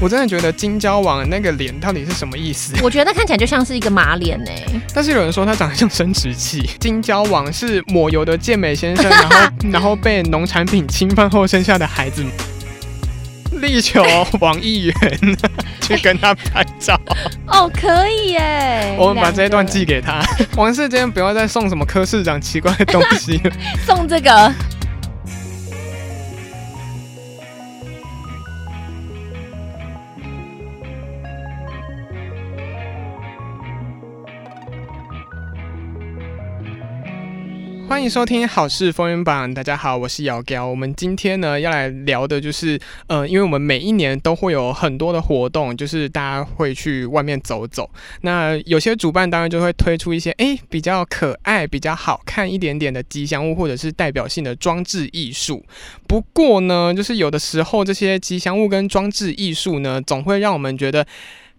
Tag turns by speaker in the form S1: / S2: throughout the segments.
S1: 我真的觉得金交王那个脸到底是什么意思？
S2: 我觉得看起来就像是一个马脸欸呢、
S1: 但是有人说他长得像生殖器。金交王是抹油的健美先生，然后 然后被农产品侵犯后生下的孩子。力求王议员 去跟他拍照，
S2: 哦，可以耶、
S1: 我们把这一段
S2: 两个
S1: 寄给他。王世坚不要再送什么柯市长奇怪的东西了。
S2: 送这个。
S1: 欢迎收听《好事风云榜》，大家好，我是姚彪。我们今天呢要来聊的就是，呃，因为我们每一年都会有很多的活动，就是大家会去外面走走。那有些主办单位就会推出一些诶比较可爱、比较好看一点点的吉祥物，或者是代表性的装置艺术。不过呢，就是有的时候这些吉祥物跟装置艺术呢，总会让我们觉得。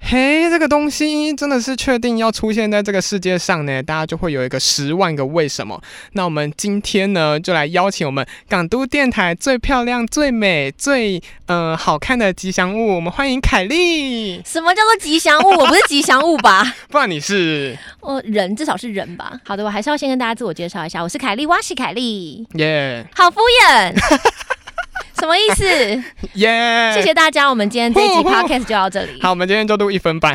S1: 嘿，这个东西真的是确定要出现在这个世界上呢，大家就会有一个十万个为什么。那我们今天呢，就来邀请我们港都电台最漂亮、最美、最呃好看的吉祥物，我们欢迎凯莉。
S2: 什么叫做吉祥物？我不是吉祥物 吧？
S1: 不然你是
S2: 我哦人至少是人吧。好的，我还是要先跟大家自我介绍一下，我是凯莉，哇西凯莉，
S1: 耶
S2: 好敷 衍，什么意思？
S1: 耶！
S2: 谢。谢大家，我们今天这一 集 podcast 就到这里。
S1: 哎好，我们今天就录一分半，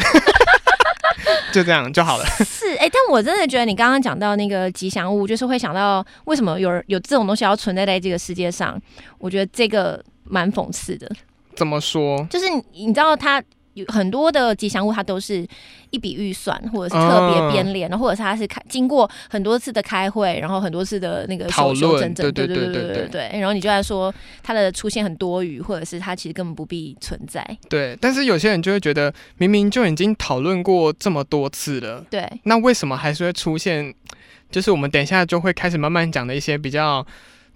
S1: 就这样就好了。
S2: 是哎、但我真的觉得你刚刚讲到那个吉祥物，就是会想到为什么有人有这种东西要存在在这个世界上，我觉得这个蛮讽刺的。
S1: 怎么说？
S2: 就是你你知道它有很多的吉祥物，它都是一笔预算，或者是特
S1: 嗯
S2: 别编列，然后或者是它是开经过很多次的开会，然后很多次的那个
S1: 讨
S2: 修
S1: 论
S2: 修整整，
S1: 对
S2: 对
S1: 对对
S2: 对
S1: 对
S2: 对。然后你就在说它的出现很多余，或者是它其实根本不必存在。
S1: 对，但是有些人就会觉得，明明就已经讨论过这么多次了，
S2: 对，
S1: 那为什么还是会出现？就是我们等一下就会开始慢慢讲的一些比较。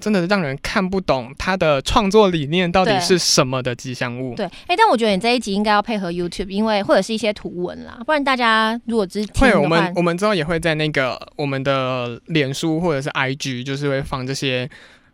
S1: 真的让人看不懂他的创作理念到底
S2: 对
S1: 是什么的吉祥物。
S2: 对，哎、但我觉得你这一集应该要配合 YouTube，因为或者是一些图文啦，不然大家如果只是听
S1: 会，
S2: 的
S1: 我们
S2: 话，
S1: 我们之后也会在那个我们的脸书或者是 IG，就是会放这些，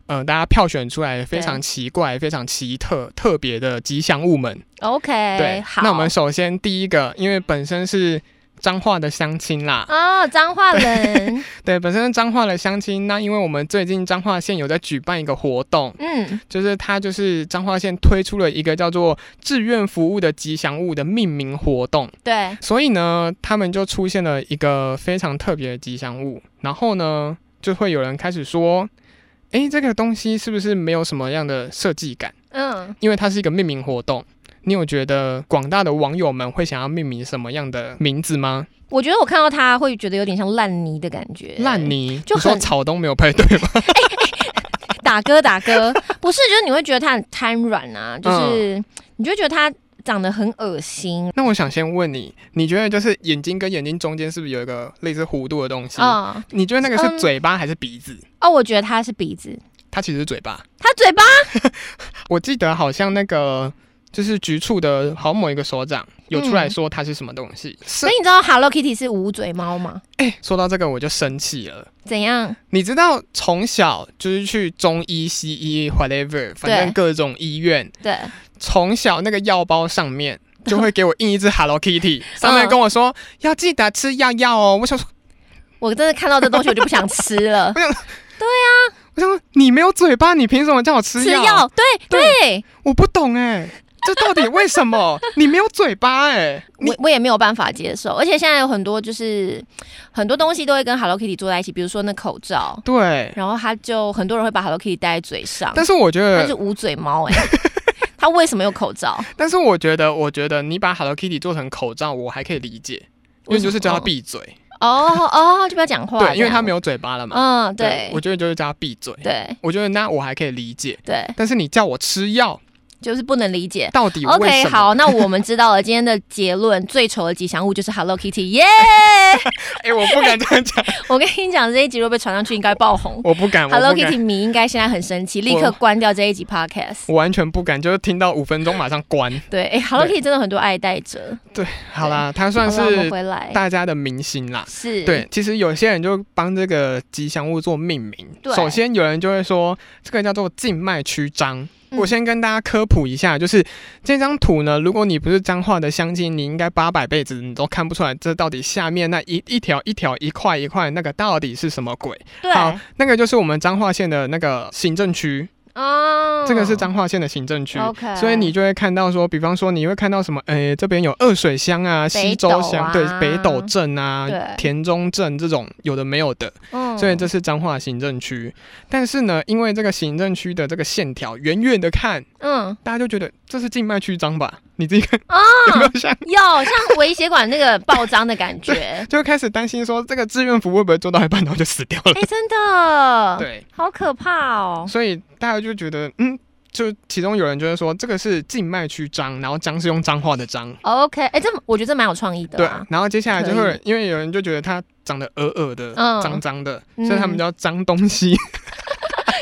S1: 呃，大家票选出来非常奇怪、非常奇特、特别的吉祥物们。
S2: OK，
S1: 对，
S2: 哎好，
S1: 那我们首先第一个，因为本身是彰化的相亲啦，
S2: 哦，脏话人，
S1: 对，本身是彰化的相亲。那因为我们最近彰化县有在举办一个活动，
S2: 嗯，
S1: 就是它就是彰化县推出了一个叫做志愿服务的吉祥物的命名活动。
S2: 对，
S1: 所以呢，他们就出现了一个非常特别的吉祥物，然后呢，就会有人开始说，诶，这个东西是不是没有什么样的设计感？
S2: 嗯，
S1: 因为它是一个命名活动，你有觉得广大的网友们会想要命名什么样的名字吗？
S2: 我觉得我看到他会觉得有点像烂泥的感觉，
S1: 烂泥，
S2: 呃就
S1: 你说
S2: 很
S1: 草东没有配对吗？
S2: 打嗝打嗝， 不是，就是你会觉得他很瘫软
S1: 嗯
S2: 啊，就是、你就会觉得他长得很恶心
S1: 那我想先问你，你觉得就是眼睛跟眼睛中间是不是有一个类似弧度的东西？
S2: 啊、哦
S1: 你觉得那个是
S2: 嗯
S1: 嘴巴还是鼻子？
S2: 哦，我觉得他是鼻子，
S1: 它其实是嘴巴。
S2: 他嘴巴
S1: 我记得好像那个就是局处的好像某一个所长有出来说它是什么东西。是
S2: 所以你知道 Hello Kitty 是无嘴猫吗？
S1: 哎、说到这个我就生气了。
S2: 怎样？
S1: 你知道从小就是去中医、西医，whatever，反正各种医院，
S2: 对，
S1: 从小那个药包上面就会给我印一只 Hello Kitty，上面跟我
S2: 嗯
S1: 说、要记得吃药药哦。我想说，，
S2: 我真的看到这东西我就不想吃了
S1: 我想说你没有嘴巴，你凭什么叫我吃
S2: 吃
S1: 药？
S2: 药，对对，
S1: 我不懂哎、这到底为什么？你没有嘴巴哎、你
S2: 我我也没有办法接受，而且现在有很多就是很多东西都会跟 Hello Kitty 坐在一起，比如说那口罩，
S1: 对，
S2: 然后他就很多人会把 Hello Kitty 戴在嘴上，
S1: 但是我觉得
S2: 它是无 嘴猫哎、它为什么有口罩？
S1: 但是我觉得，我觉得你把 Hello Kitty 做成口罩，我还可以理解，因为就是叫它闭嘴，
S2: 哦哦，就不要讲话。
S1: 对，因为它没
S2: 有。
S1: 有嘴巴了嘛。
S2: 嗯，对
S1: 我，觉得就是叫它闭嘴。
S2: 对
S1: 我觉得那我还可以理解，
S2: 对，
S1: 但是你叫我吃药，
S2: 就是不能理解。
S1: 到底为
S2: OK，
S1: 什么？
S2: 好，那我们知道了今天的结论，最丑的吉祥物就是 Hello Kitty，耶、
S1: 哎、我不敢这样讲，
S2: 我跟你讲，这一集如果被传上去，应该爆红。
S1: 我不 敢，我
S2: Hello
S1: 不
S2: Kitty
S1: 敢，
S2: 迷应该现在很生气，立刻
S1: 我
S2: 关掉这 一集 Podcast。
S1: 我完全不敢，就是听到五分钟马上关。
S2: 对，哎、h e l l o
S1: 对
S2: Kitty 真的很多爱戴者，
S1: 好啦，它算
S2: 好啦我们
S1: 是
S2: 回来
S1: 大家的明星啦。
S2: 是，
S1: 对，其实有些人就帮这个吉祥物做命名
S2: 对。
S1: 首先有人就会说，这个叫做静脉曲张，
S2: 嗯
S1: 我先跟大家科普一下，就是这张图呢，如果你不是彰化的乡亲，你应该八百辈子你都看不出来，这到底下面那一一条一条一块一块那个到底是什么鬼？
S2: 对，
S1: 好那个就是我们彰化县的那个行政区，
S2: 哦，
S1: 这个是彰化县的行政区。
S2: OK，
S1: 所以你就会看到说，比方说你会看到什么，诶、这边有二水乡啊、西周乡，
S2: 北斗
S1: 对
S2: 啊，
S1: 北斗镇啊
S2: 对、
S1: 田中镇这种有的没有的，
S2: 嗯
S1: 所以这是彰化行政区。但是呢，因为这个行政区的这个线条，远远的看，
S2: 嗯
S1: 大家就觉得这是静脉曲张吧？你自己看
S2: 啊，
S1: 有没有像？
S2: 有像微血管那个爆张的 感觉，哎、
S1: 就会开始担心说，这个志愿服会不会做到一半然后就死掉 了？
S2: 哎真的，，
S1: 对，
S2: 好可怕哦，
S1: 所以大家就觉得，嗯。就其中有人就会说，这个是静脉曲张，然后张是用脏话的张，
S2: OK，哎、这我觉得这蛮有创意的、
S1: 对
S2: 啊。，
S1: 然后接下来就
S2: 可
S1: 会
S2: 以，
S1: 因为有人就觉得他长得鹅鹅的、
S2: 嗯
S1: 脏脏的，
S2: 嗯
S1: 所以他们叫脏东西，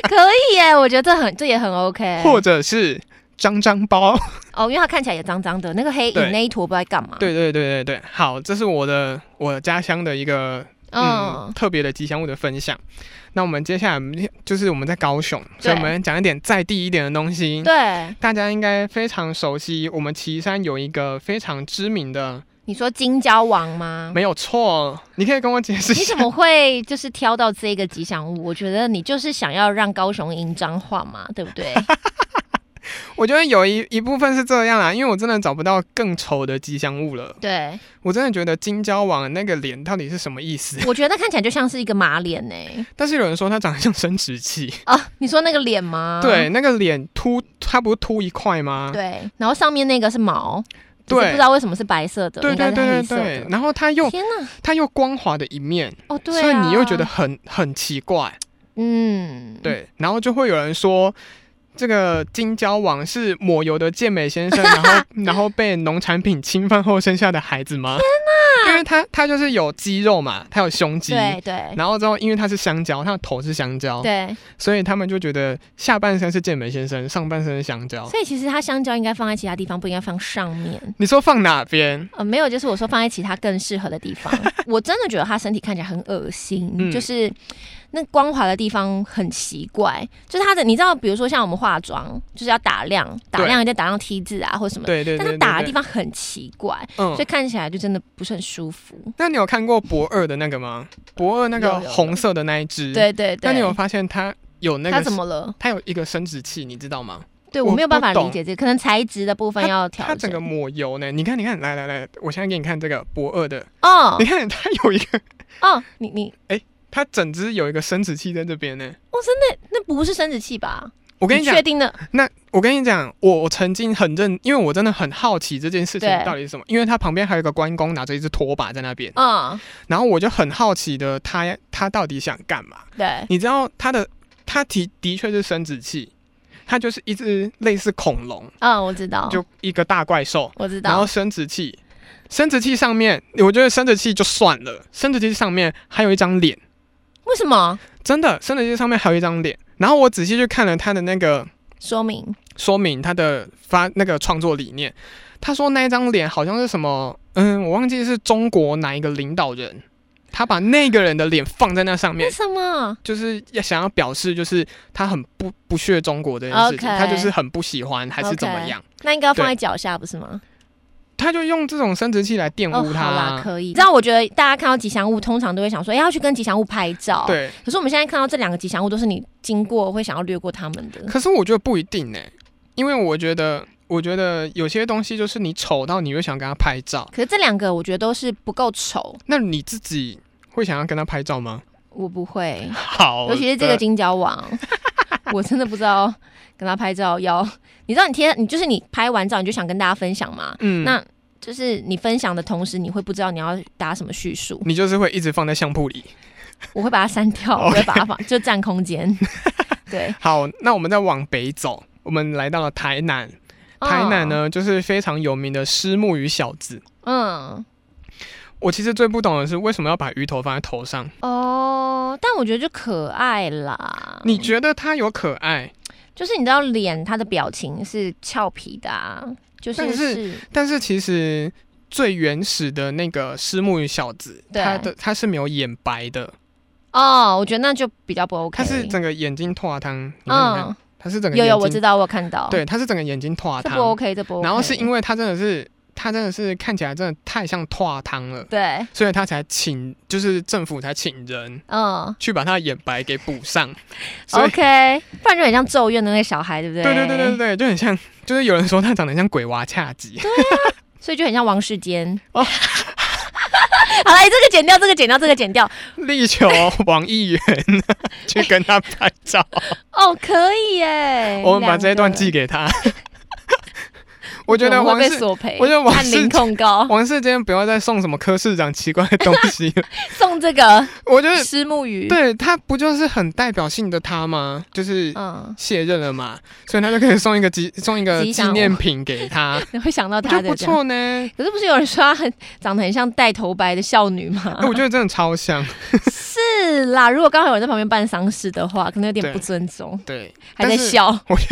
S2: 可以耶，我觉得这很这也很 OK。
S1: 或者是脏脏包。
S2: 哦，因为它看起来也脏脏的，那个黑
S1: 对
S2: 影那一坨不知道在干嘛。，
S1: 对对对对对，好，这是我的我家乡的一个嗯
S2: 嗯，
S1: 特别的吉祥物的分享。那我们接下来就是我们在高雄，所以我们讲一点在地一点的东西。
S2: 对，
S1: 大家应该非常熟悉，我们旗山有一个非常知名的，
S2: 你说金交王吗？
S1: 没有错，哦你可以跟我解释一
S2: 你
S1: 下
S2: 怎么会就是挑到这个吉祥物？我觉得你就是想要让高雄赢彰化嘛，对不 对？
S1: 我觉得有一一部分是这样啦，因为我真的找不到更丑的吉祥物了。
S2: 对，
S1: 我真的觉得金交王那个脸到底是什么意思？
S2: 我觉得那看起来就像是一个马脸呢、
S1: 但是有人说它长得像生殖器，
S2: 啊，你说那个脸吗？
S1: 对，那个脸凸，它不是凸一块吗？
S2: 啊对，然后上面那个是毛，只是
S1: 对
S2: 不知道为什么是白色的，
S1: 对
S2: 应该
S1: 对
S2: 是黑
S1: 对对
S2: 色
S1: 对
S2: 的，。
S1: 然后它又
S2: 天哪！
S1: 它又光滑的一面，
S2: 哦，对、啊，
S1: 所以你又觉得很很奇怪，
S2: 嗯，
S1: 对，然后就会有人说。这个金交王是抹油的健美先 生，然后然后被农产品侵犯后生下的孩子吗？天因为他他就是有肌肉嘛，他有胸肌，
S2: 对对
S1: 然后之后，因为它是香蕉，它的头是香蕉，
S2: 对，
S1: 所以他们就觉得下半身是健美先生，上半身是香蕉。
S2: 所以其实它香蕉应该放在其他地方，不应该放上面。
S1: 你说放哪边？
S2: 呃，没有，就是我说放在其他更适合的地 方。我真的觉得他身体看起来很恶心，
S1: 嗯
S2: 就是那光滑的地方很奇怪，就是他的，你知道，比如说像我们化妆，就是要打亮，打
S1: 对
S2: 亮再打亮 T 字啊，或什么的。
S1: 对对
S2: 但
S1: 对
S2: 他
S1: 对
S2: 打的
S1: 对
S2: 地方很奇怪，
S1: 嗯
S2: 所以，看起来就真的不是很舒服。
S1: 那你有看过博二的那个吗？博二那个
S2: 有有有
S1: 红色的那一只，。
S2: 对对对，
S1: 那你有发现它有那
S2: 他
S1: 个
S2: 怎？么了？
S1: 它有一个生殖器，你知道吗？
S2: 对我
S1: 我
S2: 没有办法
S1: 不懂
S2: 理解这个，可能材质的部分要调
S1: 它整个
S2: 整。
S1: 抹油呢？你看，你看，来来来，我现在给你看这个博二的，
S2: 哦
S1: 你看它有一个，
S2: 哦，你你哦
S1: 它整只有一个生殖器在这边呢。
S2: 那不是生殖器吧？
S1: 我
S2: 我
S1: 跟你讲
S2: 确，定的
S1: 那我跟你讲，我我曾经很认，因为我真的很好奇这件事情
S2: 对
S1: 到底是什么，因为他旁边还有一个关公拿着一只拖把在那边，
S2: 啊、
S1: 然后我就很好奇的他他到底想干嘛？
S2: 对，
S1: 你知道他的他的的确是生殖器，他就是一只类似恐龙，
S2: 嗯，我知道，
S1: 就一个大怪兽，
S2: 我知
S1: 然后
S2: 道，
S1: 生殖器，生殖器上面，我觉得生殖器就算了，生殖器上面还有一张脸，
S2: 为什么
S1: 真的，生殖器上面还有一张脸。然后我仔细去看了他的那个
S2: 说明
S1: 说明他的发那个创作理念。他说那一张脸好像是什么，嗯，我忘记是中国哪一个领导人，他把那个人的脸放在那上
S2: 为
S1: 面，
S2: 什么？
S1: 就是要想要表示就是他很不不屑中国这件事情
S2: OK
S1: 他就是很不喜欢还是怎么样
S2: 那应该要放在脚下，不是吗？
S1: 他就用这种生殖器来玷
S2: 哦，
S1: 污他、
S2: 好啦，可
S1: 嗯
S2: 以。你知道，我觉得大家看到吉祥物，通常都会想说，哎、要去跟吉祥物拍照。。
S1: 对，
S2: 可是我们现在看到这两个吉祥物，都是你经过会想要略过他们的。
S1: 可是我觉得不一定呢、因为我觉得我觉得有些东西就是你丑到你会想跟他拍照，
S2: 可是这两个我觉得都是不够丑，
S1: 那你自己会想要跟他拍照吗？
S2: 我不会，
S1: 好的，
S2: 尤其是这个金角 王，我真的不知道跟他拍照要。你知道你贴，你就是你拍完照你就想跟大家分享嘛，
S1: 嗯
S2: 那就是你分享的同时，你会不知道你要打什么叙述，
S1: 你就是会一直放在相簿里。
S2: 我会把它删 掉，我
S1: OK
S2: 会把它放，就占空间。
S1: 哦
S2: 对，
S1: 好，那我们再往北走，我们来到了台南。 台南呢，就是非常有名的虱目鱼小子。
S2: 哦？
S1: 我其实最不懂的是，为什么要把鱼头放在头上？
S2: 嗯，哦，但我觉得就可爱啦。
S1: 你觉得它有可爱，
S2: 就是你知道脸，它的表情是俏皮的、啊，就是
S1: 但是
S2: 是
S1: 但是其实最原始的那个虱目鱼小子，
S2: 对
S1: 它的它是没有眼白的，
S2: 哦，我觉得那就比较不 OK。嗯
S1: 它是整个眼睛拓汤。你看你看，，他是整个
S2: 有有
S1: 眼
S2: 我
S1: 睛
S2: 知道，我有看到，，
S1: 对，他是整个眼睛垮
S2: 这
S1: 汤
S2: 不 OK，这不 OK，
S1: 然后是因为他真的是他真的是看起来真的太像垮汤了，
S2: 对，
S1: 所以他才请就是政府才请人
S2: 嗯
S1: 去把他的眼白给补上。 所以
S2: ，OK，不然就很像咒怨的那个小孩，对哦不对？
S1: 对对对对对，就很像，就是有人说他长得像鬼娃恰吉，
S2: 所以就很像王世坚。
S1: 哦
S2: 好来，这个剪掉，这个剪掉，这个剪掉。
S1: 力求王议员 去跟他拍照。
S2: 哦，可以耶！
S1: 我们把这一段
S2: 哎两个
S1: 寄，给 他。我觉得
S2: 我们
S1: 王
S2: 会被
S1: 世
S2: 索赔，
S1: 我觉得王
S2: 按
S1: 世
S2: 零控 告，
S1: 王世坚不要再送什么柯市长奇怪的东西 了。
S2: 送这个
S1: 我觉得，
S2: 石木鱼。，
S1: 对他不就是很代表性的他吗？就是
S2: 嗯，
S1: 卸任了嘛，所以他就可以送一个 纪送一个
S2: 吉
S1: 纪
S2: 祥物
S1: 念品给 他，
S2: 你会想到
S1: 我
S2: 他
S1: 觉得
S2: 的
S1: 不
S2: 这样。
S1: 错呢。
S2: 可是不是有人说她很长得很像带头白的少 女吗
S1: 哎，？我觉得真的超像，
S2: 是啦，如果刚好有人在旁边办丧事的话，可能有点
S1: 对
S2: 不尊重，
S1: 对，
S2: 还在
S1: 但是
S2: 笑。
S1: 我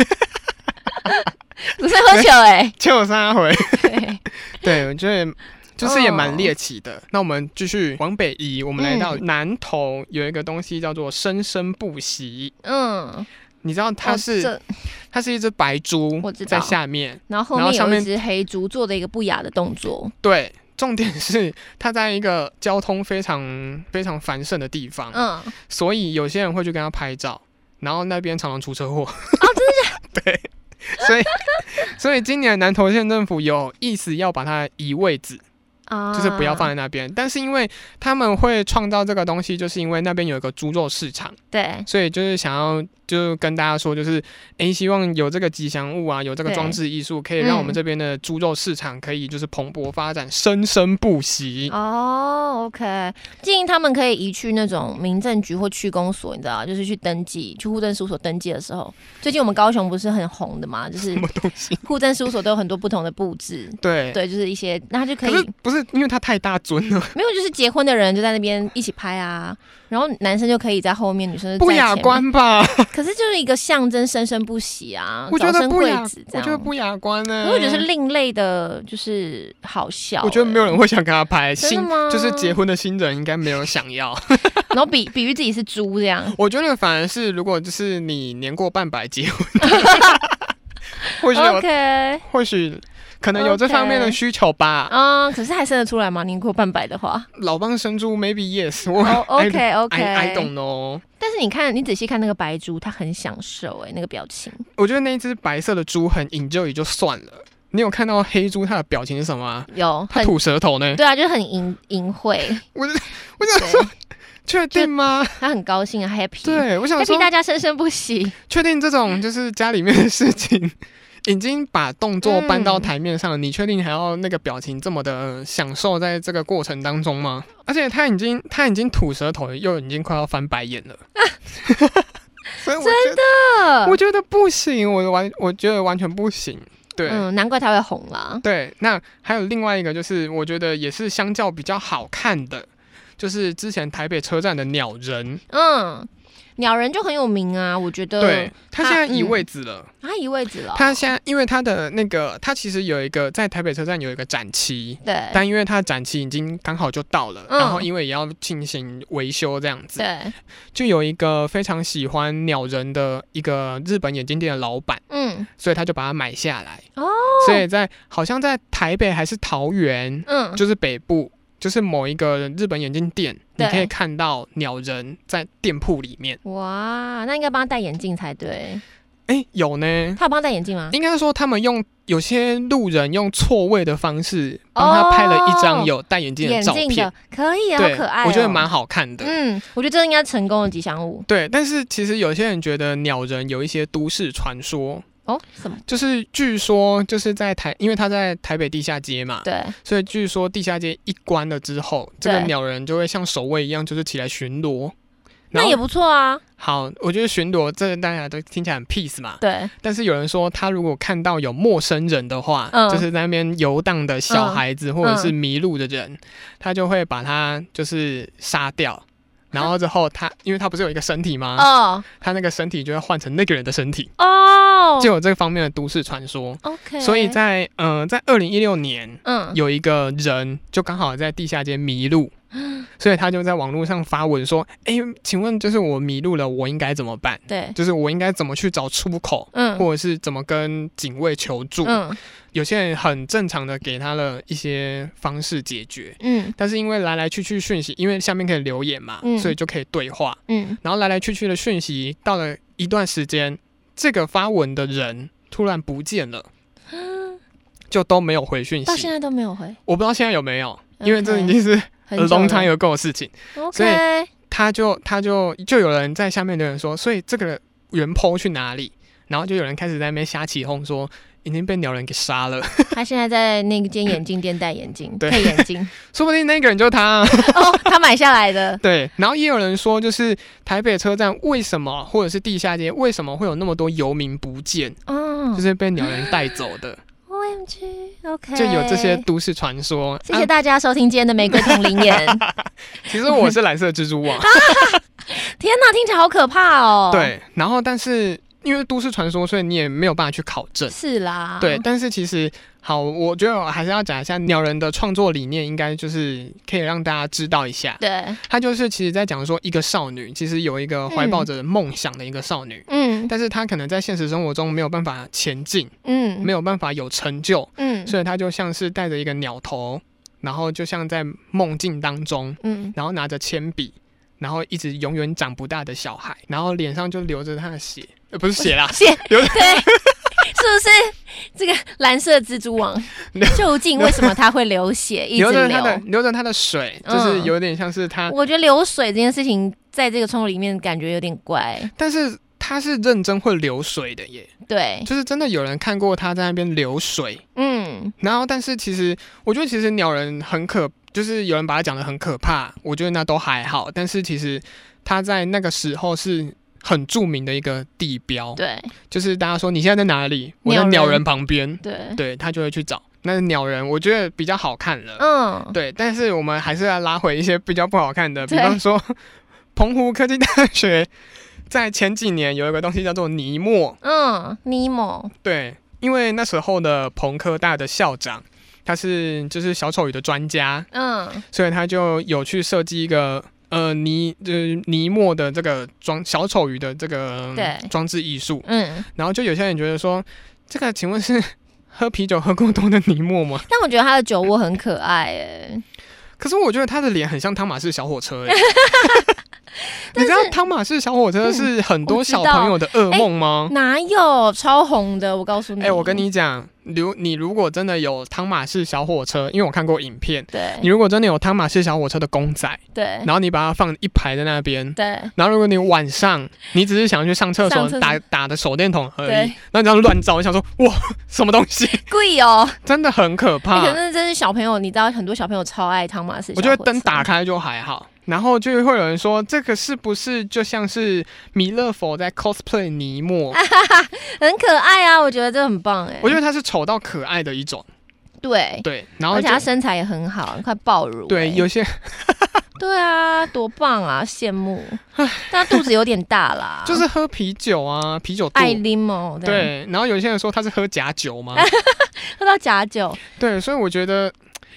S2: 不是喝酒哎、
S1: 就三回，
S2: 对，
S1: 对我觉得。就是也蛮
S2: 哦
S1: 猎奇的。那我们继续往北移，我们来到
S2: 嗯
S1: 南投，有一个东西叫做生生不息。
S2: 嗯，
S1: 你知道它
S2: 哦
S1: 是、
S2: 这
S1: 它是一只白猪
S2: 我知
S1: 在
S2: 道
S1: 下面，
S2: 然后
S1: 然后
S2: 后面
S1: 上
S2: 有一
S1: 面
S2: 只黑猪做的一个不雅的动作，
S1: 对。重点是它在一个交通非常非常繁盛的地方，
S2: 嗯，
S1: 所以有些人会去跟它拍照，然后那边常常出车祸。哦， 真的假对，所以所以今年南投县政府有意思要把它移位置，
S2: 啊，
S1: 就是不要放在那边。但是因为他们会创造这个东西，就是因为那边有一个猪肉市场。
S2: 对，
S1: 所以就是想要就跟大家说，就是诶，希望有这个吉祥物啊，有这个
S2: 对
S1: 装置艺术，可以
S2: 嗯
S1: 让我们这边的猪肉市场可以就是蓬勃发展，生生不息。
S2: 哦，OK，建议他们可以移去那种民政局或区公所，你知道，就是去登记，去户政事务所登记的时候，最近我们高雄不是很红的嘛，就是
S1: 什么东西？
S2: 户政事务所都有很多不同的布置，
S1: 对。
S2: 对，就是一些，那他就可
S1: 可
S2: 以
S1: 是不是因为它太大尊了，
S2: 没有，就是结婚的人就在那边一起拍啊，然后男生就可以在后面，女生就
S1: 不
S2: 在
S1: 雅
S2: 前面，
S1: 观吧？
S2: 可是就是一个象征生生不息啊，
S1: 我觉
S2: 哦早
S1: 得
S2: 生
S1: 不
S2: 贵
S1: 雅
S2: 子，这
S1: 我
S2: 样
S1: 觉得不雅观呢、
S2: 可是我觉得是另类的，就是好笑、
S1: 我觉得没有人会想跟他拍
S2: 欸真的
S1: 新，
S2: 吗
S1: 就是结婚的新人应该没有想要。
S2: 欸，然后比比喻自己是猪这样，
S1: 我觉得反而是如果就是你年过半百结婚 的，或许有
S2: OK，
S1: 或许可能有这方面的
S2: OK
S1: 需求吧。
S2: 啊、可是还生得出来吗？年过半百的话，
S1: 老帮生猪，maybe yes 我。
S2: 哦、o k OK，
S1: I I don't know。
S2: 但是你看，你仔细看那个白猪，它很享受哎、那个表情，
S1: 我觉得那一只白色的猪很 enjoy 也就算了，你有看到黑猪它的表情是什么啊、
S2: 有
S1: 它
S2: 很
S1: 吐舌头呢。
S2: 对啊，就是很淫淫秽，
S1: 我就我想
S2: 对
S1: 说，，确定吗？
S2: 它很高兴啊，happy，
S1: 对，我想
S2: ，happy
S1: 说，
S2: 大家生生不息，
S1: 确定这种就是家里面的事情，已经把动作搬到台面上了，你确定还要那个表情这么的享受在这个过程当中吗？而且他已经他已经吐舌头，又已经快要翻白眼了。所以我觉得我觉得不行，我完，我觉得完全不行。对、
S2: 嗯，难怪它会红啦。
S1: 对，那还有另外一个就是，我觉得也是相较比较好看的，就是之前台北车站的鸟人，
S2: 嗯，鸟人就很有名啊，我觉得。
S1: 对，他
S2: 他
S1: 现在移
S2: 嗯
S1: 位置了。
S2: 他移位置了。
S1: 他现在因为他的那个，他其实有一个在台北车站有一个展期。
S2: 对
S1: 但因为他展期已经刚好就到了，
S2: 哎嗯
S1: 然后因为也要进行维修这样子，
S2: 对，
S1: 就有一个非常喜欢鸟人的一个日本眼镜店的老板，
S2: 嗯
S1: 所以他就把它买下来。
S2: 哦，
S1: 所以在好像在台北还是桃园，
S2: 嗯，
S1: 就是北部，就是某一个日本眼镜店，你
S2: 对
S1: 可以看到鸟人在店铺里面。
S2: 哇，那应该帮他戴眼镜才对。
S1: 哎、有呢，
S2: 他有帮他戴眼镜吗？
S1: 应该说他们用有些路人用错位的方式帮他拍了一张有戴眼镜的
S2: 哦眼
S1: 照
S2: 镜
S1: 片，
S2: 的可以啊，好
S1: 对，
S2: 可爱哦。
S1: 我觉得蛮好看的。
S2: 嗯，我觉得这应该成功的吉祥物
S1: 对，但是其实有些人觉得鸟人有一些都市传说，
S2: 哦。什么？
S1: 就是据说就是在台，因为他在台北地下街嘛，
S2: 对，
S1: 所以据说地下街一关了之后，这个
S2: 对
S1: 鸟人就会像守卫一样，就是起来巡逻。然
S2: 那
S1: 后
S2: 也不错啊。
S1: 好，我觉得巡逻这大家都听起来很 peace 嘛。
S2: 对，
S1: 但是有人说，他如果看到有陌生人的话，
S2: 嗯
S1: 就是在那边游荡的小孩子或者是迷路的人，他就会把他就是杀掉。然后之后他，因为他不是有一个身体吗？
S2: 哦
S1: 他那个身体就会换成那个人的身体，
S2: 哦
S1: 就有这方面的都市传说。
S2: ，OK。
S1: 所以在呃，在二零一六年，
S2: 嗯
S1: 有一个人就刚好在地下街迷路，所以他就在网络上发文说：“哎、请问就是我迷路了，我应该怎么办？
S2: 对，
S1: 就是我应该怎么去找出口，
S2: 嗯
S1: 或者是怎么跟警卫求助？”
S2: 嗯
S1: 有些人很正常的给他了一些方式解决，
S2: 嗯
S1: 但是因为来来去去讯息，因为下面可以留言嘛，
S2: 嗯
S1: 所以就可以对话。
S2: 嗯，
S1: 然后来来去去的讯息，到了一段时间，这个发文的人突然不见 了，就都没有回讯
S2: 到现
S1: 息。
S2: 在都没有回，
S1: 我不知道现在有没有，因为这
S2: OK
S1: 已经是
S2: 很
S1: a 呃
S2: 久
S1: long
S2: 了
S1: time ago 的事情。所
S2: OK，
S1: 他就他就就有人在下面留言说，所以这个原 PO 去哪里？然后就有人开始在那边瞎起哄说，已经被鸟人给杀了，
S2: 他现在在那间眼镜店戴眼镜，
S1: 对
S2: 配眼镜
S1: 说不定那个人就是他啊、
S2: 哦，他买下来的，
S1: 对，然后也有人说，就是台北车站为什么，或者是地下街为什么会有那么多游民不见，
S2: 嗯
S1: 就是被鸟人带走 的，
S2: ，OMG，OK，
S1: 就有这些。都市传说。
S2: 谢谢
S1: 啊
S2: 大家收听今天的玫瑰同林言。
S1: 其实我是蓝色蜘蛛网，
S2: 天哪，听起来好可怕哦。，
S1: 对。然后，但是因为都市传说，所以你也没有办法去考证。
S2: 是啦。
S1: 对，，但是其实好，我觉得我还是要讲一下鸟人的创作理念，应该就是可以让大家知道一下。
S2: 对，
S1: 他就是其实在讲说，一个少女其实有一个怀抱着梦想的一个少女，
S2: 嗯
S1: 但是她可能在现实生活中没有办法前进，
S2: 嗯，
S1: 没
S2: 有，
S1: 有办法有成就，
S2: 嗯
S1: 所以她就像是带着一个鸟头，然后就像在梦境当中，
S2: 嗯，，
S1: 然后拿着铅笔，然后一直永远长不大的小孩，然后脸上就流着他的血，呃，不是血啦
S2: 谢
S1: 有
S2: 对， 是不是这个蓝色蜘蛛 网
S1: 流？
S2: 究竟为什么它会流 血？一
S1: 流
S2: 直
S1: 着他的
S2: 流？
S1: 流着他的水，
S2: 嗯
S1: 就是有点像是他，
S2: 我觉得流水这件事情在这个冲突里面感觉有点怪。
S1: 但是他是认真会流水的耶，
S2: 对，
S1: 就是真的有人看过他在那边流水，
S2: 嗯
S1: 然后但是其实我觉得其实鸟人很可，就是有人把他讲的很可怕，我觉得那都还好，但是其实他在那个时候是。很著名的一个地标，
S2: 对
S1: 就是大家说你现在在哪里？我在
S2: 鸟
S1: 鸟
S2: 人
S1: 人旁边，
S2: 对，
S1: 对他就会去找。那鸟人我觉得比较好看了，
S2: 嗯，
S1: 对，但是我们还是要拉回一些比较不好看的，比
S2: 对
S1: 方说 澎湖科技大学在前几年有一个东西叫做尼莫，
S2: 嗯，尼莫，
S1: 对，因为那时候的澎科大的校长。他是就是小丑鱼的专家，
S2: 嗯
S1: 所以他就有去设计一个呃尼就是尼莫的这个装小丑鱼的这个
S2: 对
S1: 装置艺术，
S2: 嗯，
S1: 然后就有些人觉得说，这个请问是 喝啤酒喝过多的尼莫吗？
S2: 但我觉得他的酒窝很可爱诶，
S1: 可是我觉得他的脸很像汤马士小火车、 欸。你知道汤马士小火车
S2: 嗯
S1: 是很多小朋友的噩梦吗？
S2: 哪有超红的？我告诉你，
S1: 嗯哎、我跟你讲，如你如果真的有汤马士小火车，因为我看过影片，你
S2: 对
S1: 如果真的有汤马士小火车的公仔，
S2: 对
S1: 然后你把它放一排在那边。
S2: 对
S1: 然后，如果你晚上你只是想去上厕
S2: 上
S1: 所
S2: 厕所
S1: 打打的手电筒而已
S2: 对，
S1: 然后你这样乱照，你想说哇什么东西，
S2: 贵哦，
S1: 真的很可怕。
S2: 欸可是真是小朋友，你知道很多小朋友超爱汤马斯，
S1: 我觉得灯打，开就还好，然后就会有人说这个是不是就像是弥勒佛在 cosplay 尼 莫？
S2: 哎很可爱啊，我觉得这很棒哎，
S1: 我觉得他是丑到可爱的一种，
S2: 对。
S1: 对，然后
S2: 而且
S1: 就
S2: 他身材也很好，快爆乳欸、
S1: 对有 些
S2: 对啊，多棒啊，羡慕。但他肚子有点大啦，
S1: 就是喝啤酒啊，啤酒肚。
S2: 爱拎哦，这样，
S1: 对，然后有些人说他是喝假酒 嘛，
S2: 喝到假酒，
S1: 对，所以我觉得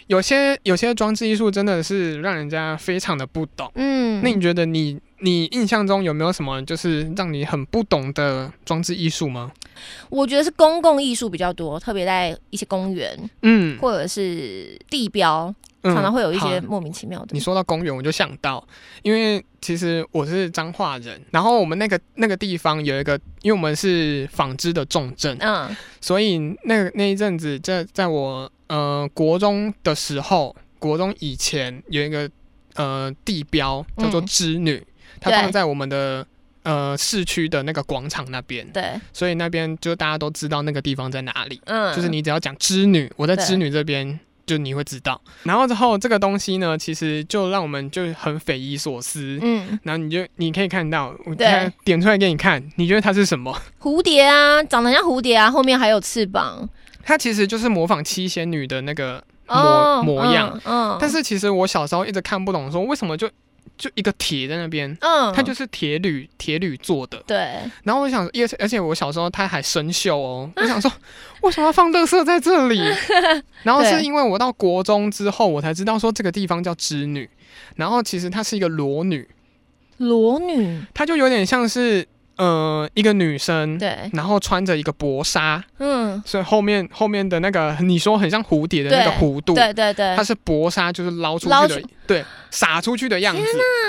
S1: 有些有些装置艺术真的是让人家非常的不懂。
S2: 嗯，
S1: 那你觉得你你印象中有没有什么就是让你很不懂的装置艺术吗？
S2: 我觉得是公共艺术比较多，特别在一些公园
S1: 嗯，
S2: 或者是地标，
S1: 嗯
S2: 常常会有一
S1: 好
S2: 些莫名其妙的
S1: 你。说到公园，我就想到，因为其实我是彰化人，然后我们那个那个地方有一个，因为我们是纺织的重镇，
S2: 嗯
S1: 所以那那一阵子在在我呃国中的时候，国中以前有一个呃地标叫做
S2: 嗯
S1: 织女，它
S2: 对
S1: 放在我们的。呃，市区的那个广场那边，
S2: 对，
S1: 所以那边就大家都知道那个地方在哪里。
S2: 嗯，
S1: 就是你只要讲织女，我在
S2: 对
S1: 织女这边就你会知道。然后之后这个东西呢，其实就让我们就很匪夷所思。
S2: 嗯，
S1: 然后你就你可以看到，我
S2: 对
S1: 现在点出来给你看，你觉得它是什么？
S2: 蝴蝶啊，长得像蝴蝶啊，后面还有翅膀
S1: 它其实就是模仿七仙女的那个模模样。
S2: 嗯，嗯
S1: 但是其实我小时候一直看不懂，说为什么就。就一个铁在那边，
S2: 嗯，
S1: 它就是铁铝铁铝做的。
S2: 对，
S1: 然后我想，而且而且我小时候它还生锈哦，我想说 为什么要放乐色在这 里？然后是因为我到国中之后，我才知道说这个地方叫织女，然后其实它是一个裸女，
S2: 裸女，
S1: 它就有点像是呃一个女生，
S2: 对，
S1: 然后穿着一个薄纱，
S2: 嗯，
S1: 所以后面后面的那个你说很像蝴蝶的那个
S2: 对
S1: 弧度，
S2: 对对对
S1: 它，是薄纱，就是捞出
S2: 捞
S1: 去的，
S2: 出
S1: 对，撒出去的样子。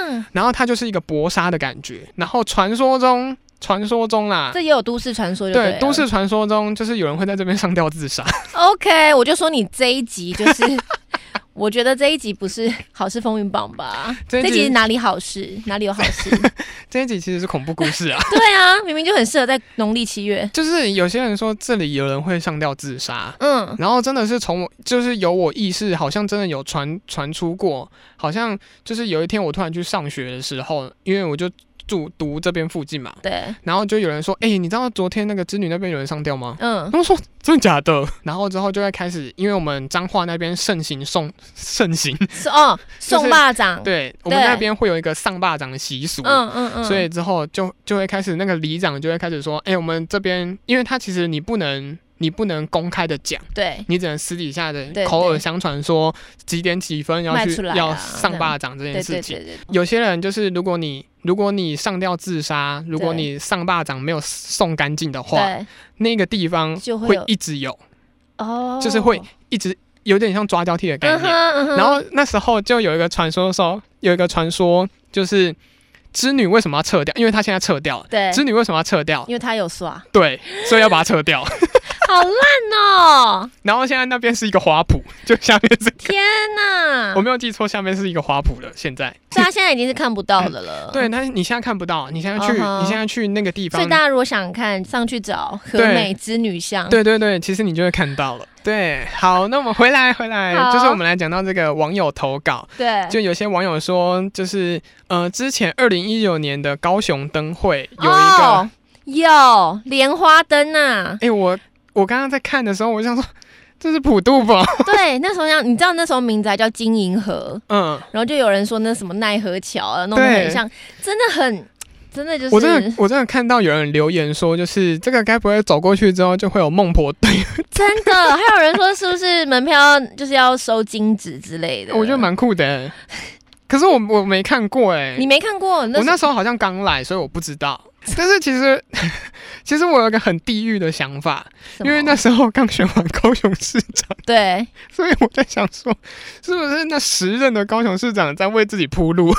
S2: 嗯，
S1: 然后它就是一个薄纱的感觉。然后传说中，传说中啦
S2: 这，也有都市传说就
S1: 对
S2: 了
S1: 都市传说中，就是有人会在这边上吊自杀。
S2: OK，我就说你这一集就是， 我觉得这一集不是好事风云榜吧？
S1: 这
S2: 这
S1: 一
S2: 一
S1: 集
S2: 集哪里好事？哪里有好 事？
S1: 这一集其实是恐怖故事啊，
S2: 对啊，明明就很适合在农历七月。
S1: 就是有些人说这里有人会上吊自杀。啊
S2: 嗯，
S1: 然后真的是从我，就是有我意识，好像真的有传传出过，好像就是有一天我突然去上学的时候，因为我就住读这边附近嘛，
S2: 对，
S1: 然后就有人说，哎、你知道昨天那个织女那边有人上吊吗？
S2: 嗯，
S1: 他们说真的假的？然后之后就会开始，因为我们彰化那边盛行送盛行，
S2: 是哦，送巴掌。
S1: 对我们
S2: 对
S1: 那边会有一个上巴掌的习俗，
S2: 嗯嗯嗯，
S1: 所以之后就就会开始那个里长就会开始说，哎、我们这边，因为他其实你不能你不能公开的讲。
S2: 对
S1: 你只能私底下的
S2: 对
S1: 口耳
S2: 对
S1: 相传，说几点几分要
S2: 卖
S1: 去
S2: 出来啊
S1: 要上巴掌这件
S2: 对
S1: 事
S2: 对
S1: 情。
S2: 对对，
S1: 有些人就是，如果你如果你上吊自杀，如果
S2: 对
S1: 你上巴掌没有送干净的话，
S2: 对
S1: 那个地方
S2: 就会
S1: 会
S2: 有
S1: 一直有，
S2: 哦，
S1: 就是会一直有点像抓交替的概
S2: 嗯哼
S1: 念。
S2: 嗯哼，
S1: 然后那时候就有一个传说说，有一个传说就是织女为什么要撤掉？因为她现在撤掉了。
S2: 对，
S1: 织女为什么要撤掉？
S2: 因为他有刷，
S1: 对，所以要把它撤掉。
S2: 好烂哦！
S1: 然后现在那边是一个花圃，就下面是
S2: 天哪
S1: 我，没有记错，下面是一个花圃了。现在，
S2: 所以他现在已经是看不到的了。
S1: 对，，但是你现在看不到，你现在去，
S2: 嗯哼
S1: 你现在去那个地
S2: 所
S1: 方
S2: 以，大家嗯如果想看，上去找和
S1: 对
S2: 美之女像。
S1: 对对对，其实你就会看到了。对，好，那我们回来回来，
S2: 好
S1: 就是我们来讲到这个网友投稿，
S2: 对，
S1: 就有些网友说，就是呃，之前二零一九年的高雄灯会有一个，哎、
S2: 哦有莲花灯啊 呐、
S1: 我我刚刚在看的时候，我就想说。这是普渡吧？
S2: 对，那时候像你知道那时候名字还叫金银河，
S1: 嗯，
S2: 然后就有人说那什么奈何桥啊，弄得
S1: 对
S2: 很像，真的很，真的就是，
S1: 我真的我真的看到有人留言说，就是这个该不会走过去之后就会有孟婆 对，
S2: 真的，还有人说是不是门票就是要收金纸之类的？
S1: 我觉得蛮酷的、欸。可是我我没看过哎、
S2: 你没看过，那
S1: 我
S2: 是
S1: 那时候好像刚来，所以我不知 道。但是其实， 其实我有一个很地狱的想法，
S2: 什么
S1: 因为那时候刚选完高雄市长，
S2: 对，
S1: 所以我在想说，是不是那时任的高雄市长在为自己铺路？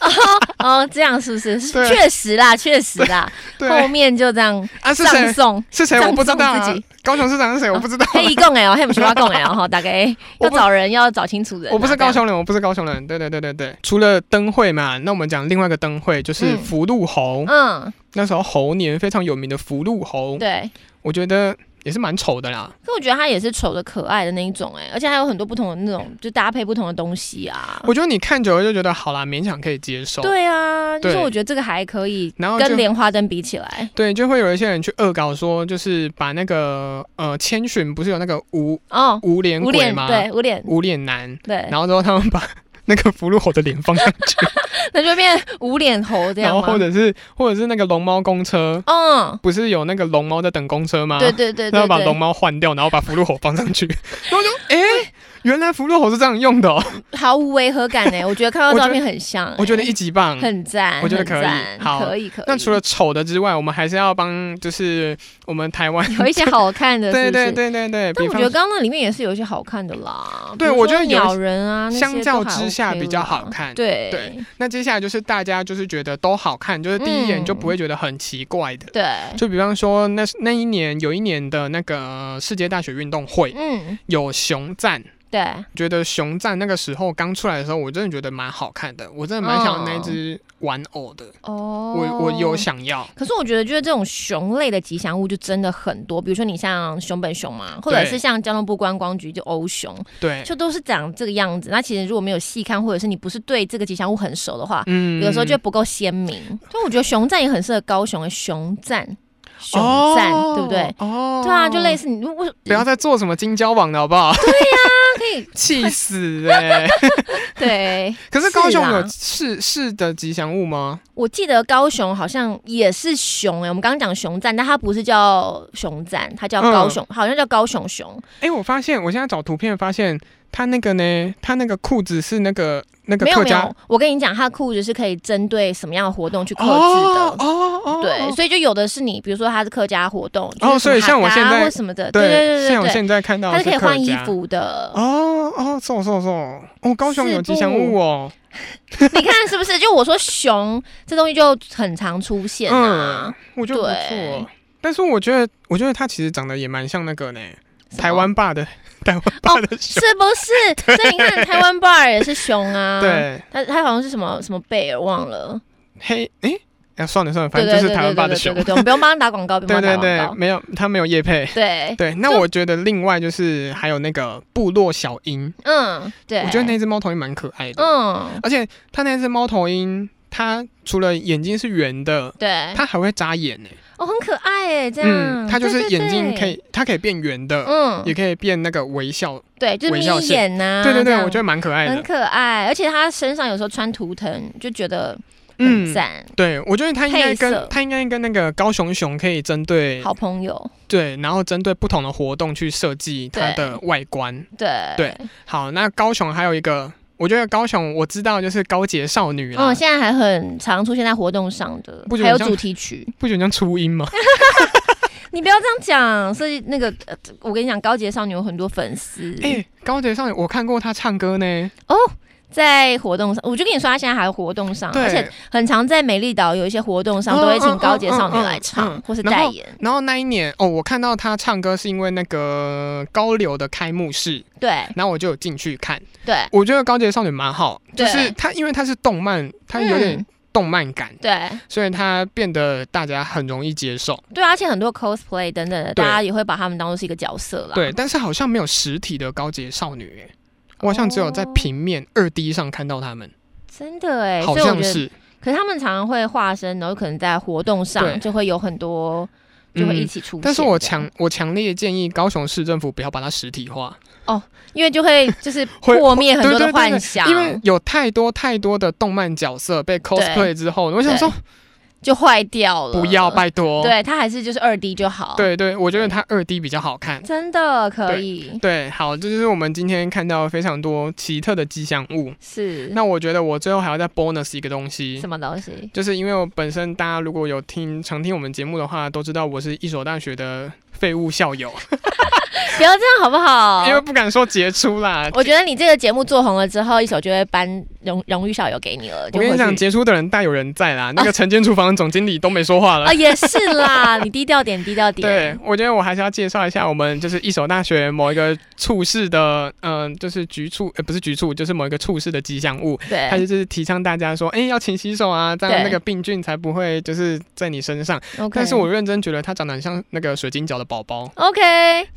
S2: 哦，这样是不是？
S1: 对
S2: 确实啦，确实啦，后
S1: 对
S2: 面就这样
S1: 啊，是
S2: 葬
S1: 谁？
S2: 送。
S1: 是谁？我不知道、
S2: 葬送
S1: 啊
S2: 自己。
S1: 高雄市长是谁？我不知道、啊
S2: 嘿，一共哎哦，嘿，不是我共哎哦，哈，大概
S1: 我
S2: 要
S1: 不
S2: 找人，要找清楚人啊。
S1: 我不是
S2: 这样
S1: 高雄人，我不是高雄人。对对对对对。除了灯会嘛，那我们讲另外一个灯会，就是
S2: 嗯
S1: 福禄猴。
S2: 嗯，
S1: 那时候猴年非常有名的福禄猴，
S2: 对。
S1: 我觉得也是蛮丑的啦。
S2: 可我觉得它也是丑的可爱的那一种哎、而且还有很多不同的那种，就搭配不同的东西啊。
S1: 我觉得你看久了就觉得好啦，勉强可以接受。
S2: 对啊，就是
S1: 对
S2: 我觉得这个还可以
S1: 然后就
S2: 跟莲花灯比起来
S1: 对，就会有一些人去恶搞说，就是把那个呃千寻不是有那个无
S2: 哦，
S1: 无脸
S2: 无
S1: 鬼
S2: 脸
S1: 吗？
S2: 对无脸
S1: 无脸男，
S2: 对，
S1: 然后之后他们把那个福禄猴的脸放上去，
S2: 那就变无 脸猴这
S1: 然
S2: 样
S1: 后
S2: 吗
S1: 或？者是或者是那个龙猫公车，
S2: 嗯，
S1: 不是有那个龙猫在等公车吗？
S2: 对对对
S1: 然
S2: 对
S1: 后把龙
S2: 对，
S1: 猫换掉，然后把福禄猴放上 去，然后我就哎、原来福禄猴是这样用的、哦，
S2: 毫无违和感哎、我觉得看到
S1: 我觉
S2: 照
S1: 得
S2: 片很像欸、
S1: 我觉得一级棒。
S2: 很赞，
S1: 我觉得
S2: 很
S1: 可以
S2: 赞
S1: 好
S2: 可以可以。
S1: 那除了丑的之外，我们还是要帮，就是我们台 湾
S2: 有一些好看的，
S1: 对
S2: 是不
S1: 对
S2: 是。
S1: 对对对，
S2: 但
S1: 比
S2: 我
S1: 方
S2: 觉得刚刚那里面也是有一些好看的啦，
S1: 对
S2: 比如
S1: 我觉得有
S2: 说
S1: 一
S2: 鸟人啊，那些
S1: 相较
S2: 都还
S1: 之下
S2: OK
S1: 比较
S2: 啦
S1: 好看
S2: 对
S1: 对那接下来就是大家就是觉得都好看，
S2: 嗯
S1: 就是第一眼就不会觉得很奇怪的。
S2: 对，
S1: 就比方说那那一年有一年的那个呃世界大学运动会
S2: 嗯，
S1: 有熊赞，
S2: 对，
S1: 觉得熊赞那个时候刚出来的时候，我真的觉得蛮好看的，我真的蛮想要那一只玩偶的，
S2: 哦，
S1: 我我有。想要。
S2: 可是我觉得，就是这种熊类的吉祥物就真的很多，比如说你像熊本熊嘛，或者
S1: 对
S2: 是像交通部观光局就欧熊，
S1: 对，
S2: 就都是长这个样子。那其实如果没有细看，或者是你不是对这个吉祥物很熟的话，
S1: 嗯
S2: 有时候就不够鲜明。所以我觉得熊赞也很适合高雄的熊赞，熊赞、对不对？
S1: 哦，
S2: 对啊，就类似你如果
S1: 不要再做什么金交网了，好不好？
S2: 可以以
S1: 气死哎、
S2: 对，
S1: 可是高雄
S2: 啦
S1: 有市市的吉祥物吗？
S2: 我记得高雄好像也是熊哎、我们刚刚讲熊站，但它不是叫熊站，它叫高
S1: 嗯
S2: 雄，好像叫高雄熊，
S1: 哎、我发现我现在找图片发现，它那个呢，它那个裤子是那个那个
S2: 没有
S1: 客
S2: 没
S1: 家
S2: 有。我跟你讲，它的裤子是可以针对什么样的活动去克制的。
S1: 哦哦哦，
S2: 对，
S1: 哦
S2: 所以就有的是你，比如说它是客家活动，
S1: 哦
S2: 就是
S1: 所以
S2: 什么
S1: 像我
S2: 哈达
S1: 现在
S2: 或什么的，
S1: 对
S2: 对
S1: 像
S2: 对对
S1: 我
S2: 对对，
S1: 现在看到
S2: 它是可以
S1: 客
S2: 换衣
S1: 家。
S2: 服的。
S1: 哦哦，瘦瘦瘦哦，高雄有吉祥物哦，
S2: 你看是不是？就我说熊这东西就很常出现啊
S1: 嗯，，我觉得不
S2: 对
S1: 错。哦但是我觉得，我觉得它其实长得也蛮像那个呢，台湾霸的 台湾霸的熊，
S2: 是不 是？所以你看台湾 bar 也是熊啊，，
S1: 对，
S2: 它它好像是什么什么贝尔忘了，
S1: 黑诶，哎，算了算了，反
S2: 对
S1: 正
S2: 对
S1: 就是
S2: 对对
S1: 台湾
S2: 对
S1: 霸的
S2: 对对
S1: 熊
S2: 对，对，我们不用帮他打广告，不
S1: 对
S2: 用帮
S1: 对
S2: 他打
S1: 对，
S2: 广告，
S1: 没有，它没有叶配。
S2: 对，
S1: 对，那
S2: 就
S1: 我觉得另外就是还有那个部落小鹰，
S2: 嗯，对，
S1: 我觉得那只猫头鹰蛮可爱的，
S2: 嗯，
S1: 而且它那只猫头鹰，它除了眼睛是圆的，
S2: 对，
S1: 它还会眨眼呢。
S2: 哦，很可爱哎，这样，
S1: 嗯，它就是
S2: 哎对
S1: 眼睛可，
S2: 对
S1: 以，它可以变圆的
S2: 对，嗯
S1: 也，可以变那个微笑。
S2: 对，就是
S1: 微笑
S2: 眯
S1: 线
S2: 眼呐，
S1: 对对
S2: 啊这
S1: 对，
S2: 样嗯
S1: 我觉得蛮可爱
S2: 很
S1: 的。
S2: 可爱，而且它身上有时候穿图腾，就觉得很
S1: 嗯，
S2: 赞，
S1: 对，我觉得它应该
S2: 配色
S1: 跟它应该跟那个高雄熊可以针对
S2: 好朋友，
S1: 对，然后针对不同的活动去设计它的外观。
S2: 对
S1: 对，好，那高雄还有一个，我觉得高雄我知道就是高洁少女啦
S2: 嗯，，现在还很常出现在活动上的
S1: 不，觉得
S2: 还有
S1: 像
S2: 主题曲。
S1: 不觉得像初 音吗？
S2: 你不要这样讲，所以那个，呃我跟你讲，高洁少女有很多粉丝。哦
S1: 哎，高洁少女我看过她唱歌呢，
S2: 在活动上，我就跟你说，他现在还活动上，而且
S1: 对，
S2: 很常在美丽岛有一些活动上
S1: 嗯
S2: 都会
S1: 嗯
S2: 请
S1: 嗯
S2: 高洁少女
S1: 嗯
S2: 来
S1: 嗯
S2: 唱
S1: 嗯
S2: 或是
S1: 然
S2: 代
S1: 后
S2: 言。
S1: 然后那一年哦，我看到她唱歌是因为那个高流的开幕式，
S2: 对
S1: 然后我就有进去看。
S2: 对
S1: 我觉得《高洁少女》蛮好，就
S2: 对
S1: 是它因为它是动漫，它有点
S2: 嗯
S1: 动漫感，
S2: 对
S1: 所以它变得大家很容易接受。
S2: 对，啊而且很多 cosplay 等等的，
S1: 对
S2: 大家也会把他们当做是一个角色啦。
S1: 对，但是好像没有实体的高洁少女、欸，我好像只有在
S2: 哦
S1: 平面二 D 上看到他们，
S2: 真的哎，
S1: 好
S2: 所以我
S1: 像
S2: 觉得，
S1: 是。
S2: 可是他们常常会化身，然后可能在活动
S1: 对嗯
S2: 上就会有很多。就会一起出现这样、
S1: 但是我强我强烈建议高雄市政府不要把它实体化，
S2: 因为就会就是
S1: 会
S2: 破灭很
S1: 对对
S2: 多
S1: 对
S2: 的
S1: 对
S2: 幻想，
S1: 因为有太多太多的动漫角色被 cosplay 之后，我想说
S2: 就坏掉了。
S1: 不要，拜托。
S2: 呃对他还是就是二 D 就好。，
S1: 对对，我觉得它二 D 比较好看。
S2: 真的可以
S1: 对，好，这就是我们今天看到非常多奇特的吉祥物。
S2: 是。
S1: 那我觉得我最后还要再 bonus 一个东西
S2: 什，么东西？
S1: 就是因为我本身大家如果有听常听我们节目的话，都知道我是一所大学的废物校友，
S2: 不要这样好不好？
S1: 因为不敢说杰出啦。
S2: 我觉得你这个节目做红了之后，一手就会颁荣荣誉校友给你了。
S1: 我
S2: 就
S1: 跟你
S2: 回
S1: 讲，
S2: 去
S1: 杰出的人大有人在啦。那个晨间厨房的总经理都没说话了。
S2: 啊，也是啦， 你低调点，低调
S1: 对
S2: 点。，
S1: 我觉得我还是要介绍一下我们就是一所大学某一个处室的，嗯、就是局处，呃，不是局处，就是某一个处室的吉祥物。
S2: 对
S1: 他就是提倡大家说，哎、要勤洗手啊，这样
S2: 对
S1: 那个病菌才不会就是在你身上。
S2: o k
S1: 但是我认真觉得它长得很像那个水晶饺的宝宝，
S2: OK，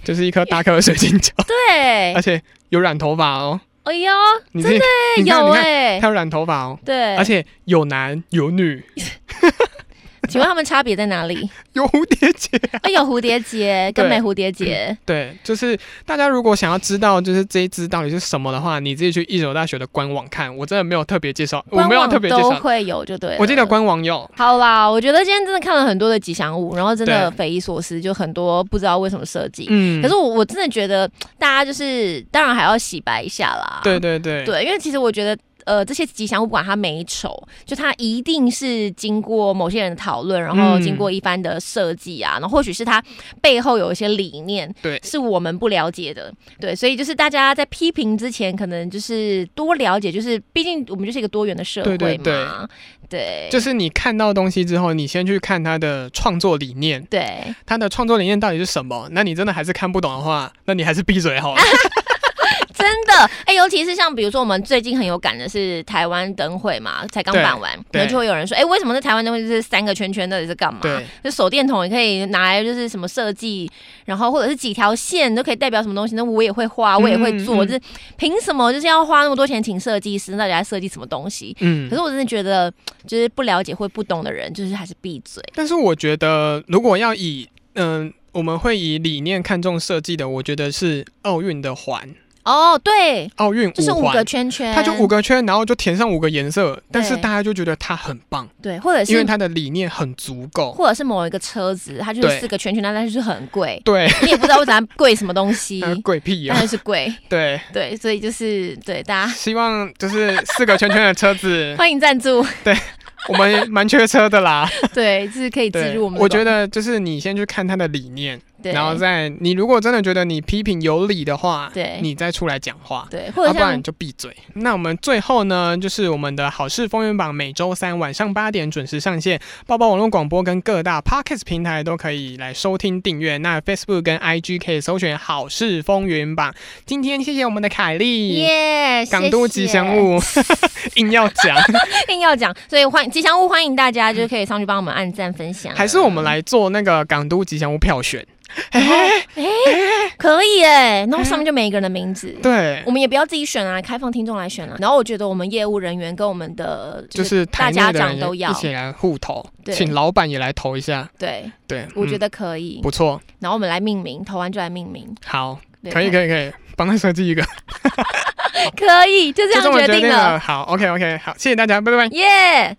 S1: 就是一颗大颗的水晶饺，
S2: 对
S1: 而，且有染头发哦。
S2: 哎呦，
S1: 你自己你看
S2: 有
S1: 你看，
S2: 哎、
S1: 它有染头发哦，
S2: 对，
S1: 而且有男有女，
S2: 请问他们差别在哪里？
S1: 有蝴蝶结。
S2: 哎有蝴蝶结跟
S1: 对
S2: 没蝴蝶结，
S1: 对，就是大家如果想要知道就是这一只到底是什么的话，你自己去一所大学的官网看。我真的没有特别介绍，我
S2: 官
S1: 没有
S2: 网
S1: 特别介
S2: 都
S1: 绍，
S2: 会有就对了。
S1: 我记得官网有。
S2: 好啦，我觉得今天真的看了很多的吉祥物，然后真的
S1: 对
S2: 匪夷所思，就很多不知道为什么设计。
S1: 嗯，
S2: 可是我我真的觉得大家就是当然还要洗白一下啦。
S1: 对对对
S2: 对，因为其实我觉得。呃，这些吉祥物不管它美丑，就它一定是经过某些人的讨论，然后
S1: 嗯
S2: 经过一番的设计啊，然后或许是它背后有一些理念，
S1: 对
S2: 是我们不了解的，对，所以就是大家在批评之前，可能就是多了解，就是毕竟我们就是一个多元的社
S1: 对
S2: 会嘛，
S1: 对
S2: 对
S1: 就是你看到东西之后，你先去看它的创作理念，
S2: 对，
S1: 它的创作理念到底是什么？那你真的还是看不懂的话，那你还是闭嘴 好了。
S2: 真的，哎、尤其是像比如说我们最近很有感的是台湾灯会嘛，才刚办完，
S1: 对
S2: 然后就会有人说，哎、为什么在台湾灯会就是三个圈圈，到底是干嘛？
S1: 对，
S2: 就手电筒也可以拿来就是什么设计，然后或者是几条线都可以代表什么东西，那我也会画，我也会
S1: 嗯
S2: 做，
S1: 嗯
S2: 就是凭什么就是要花那么多钱请设计师，到底在设计什么东西？
S1: 嗯
S2: 可，是我真的觉得，就是不了解或不懂的人，就是还是闭嘴。
S1: 但是我觉得如果要以嗯、我们会以理念看重设计的，我觉得是奥运的环。
S2: 哦，对，
S1: 奥运
S2: 就是
S1: 五
S2: 五个
S1: 环，
S2: 圈圈，
S1: 它就五个圈，然后就填上五个颜色，但是
S2: 对
S1: 大家就觉得它很棒，
S2: 对，或者
S1: 因为
S2: 是
S1: 它的理念很足 够。
S2: 或者是某一个车子，它就是
S1: 对
S2: 四个圈圈，但它就是很贵，
S1: 对，
S2: 你也不知道为啥贵什么东 西，
S1: 那 鬼屁
S2: 但
S1: 啊！
S2: 是贵，
S1: 对，
S2: 对，所以就是对大家，
S1: 希望就是四个圈圈的车子
S2: 欢迎赞助，
S1: 我们蛮缺车的 啦。
S2: 对，就是可以植
S1: 对，
S2: 入我们的广告。
S1: 我觉得就是你先去看它的理念，
S2: 对，
S1: 然后再你如果真的觉得你批评有理的话，
S2: 对
S1: 你再出来讲话。
S2: 对，或
S1: 要、
S2: 者
S1: 啊不然
S2: 像
S1: 你就闭嘴。那我们最后呢，就是我们的好事风云榜每周三晚上八点准时上线，包包网络广播跟各大 Podcast 平台都可以来收听订阅。那 Facebook 跟 IG 可以搜寻好事风云榜。今天谢谢我们的凯莉
S2: 耶，
S1: 港都吉祥
S2: 物
S1: 物， 硬要 讲，
S2: 硬要讲，所以欢吉祥物欢迎大家，就是可以上去帮我们按赞分享啊，
S1: 还是我们来做那个港都吉祥物票选？哎
S2: 哎可以哎，然后上面就每一个人的名字，
S1: 对
S2: 我，们也不要自己选啊，开放听众来选啊。然后我觉得我们业务人员跟我们的
S1: 就是是台
S2: 大
S1: 内
S2: 家
S1: 的
S2: 长
S1: 人
S2: 都要
S1: 一起来互投，
S2: 对
S1: 请老板也来投一下。
S2: 对，
S1: 对，
S2: 我觉
S1: 嗯
S2: 得可以。
S1: 不错，
S2: 然后我们来命名，投完就来命名，
S1: 好，
S2: 对
S1: 可以可以可以，帮他设计一个，
S2: 可以，就这
S1: 就这
S2: 样
S1: 么
S2: 决
S1: 决
S2: 定
S1: 定
S2: 了，
S1: 了。好，OK OK，好，谢谢大家，拜拜。
S2: 耶。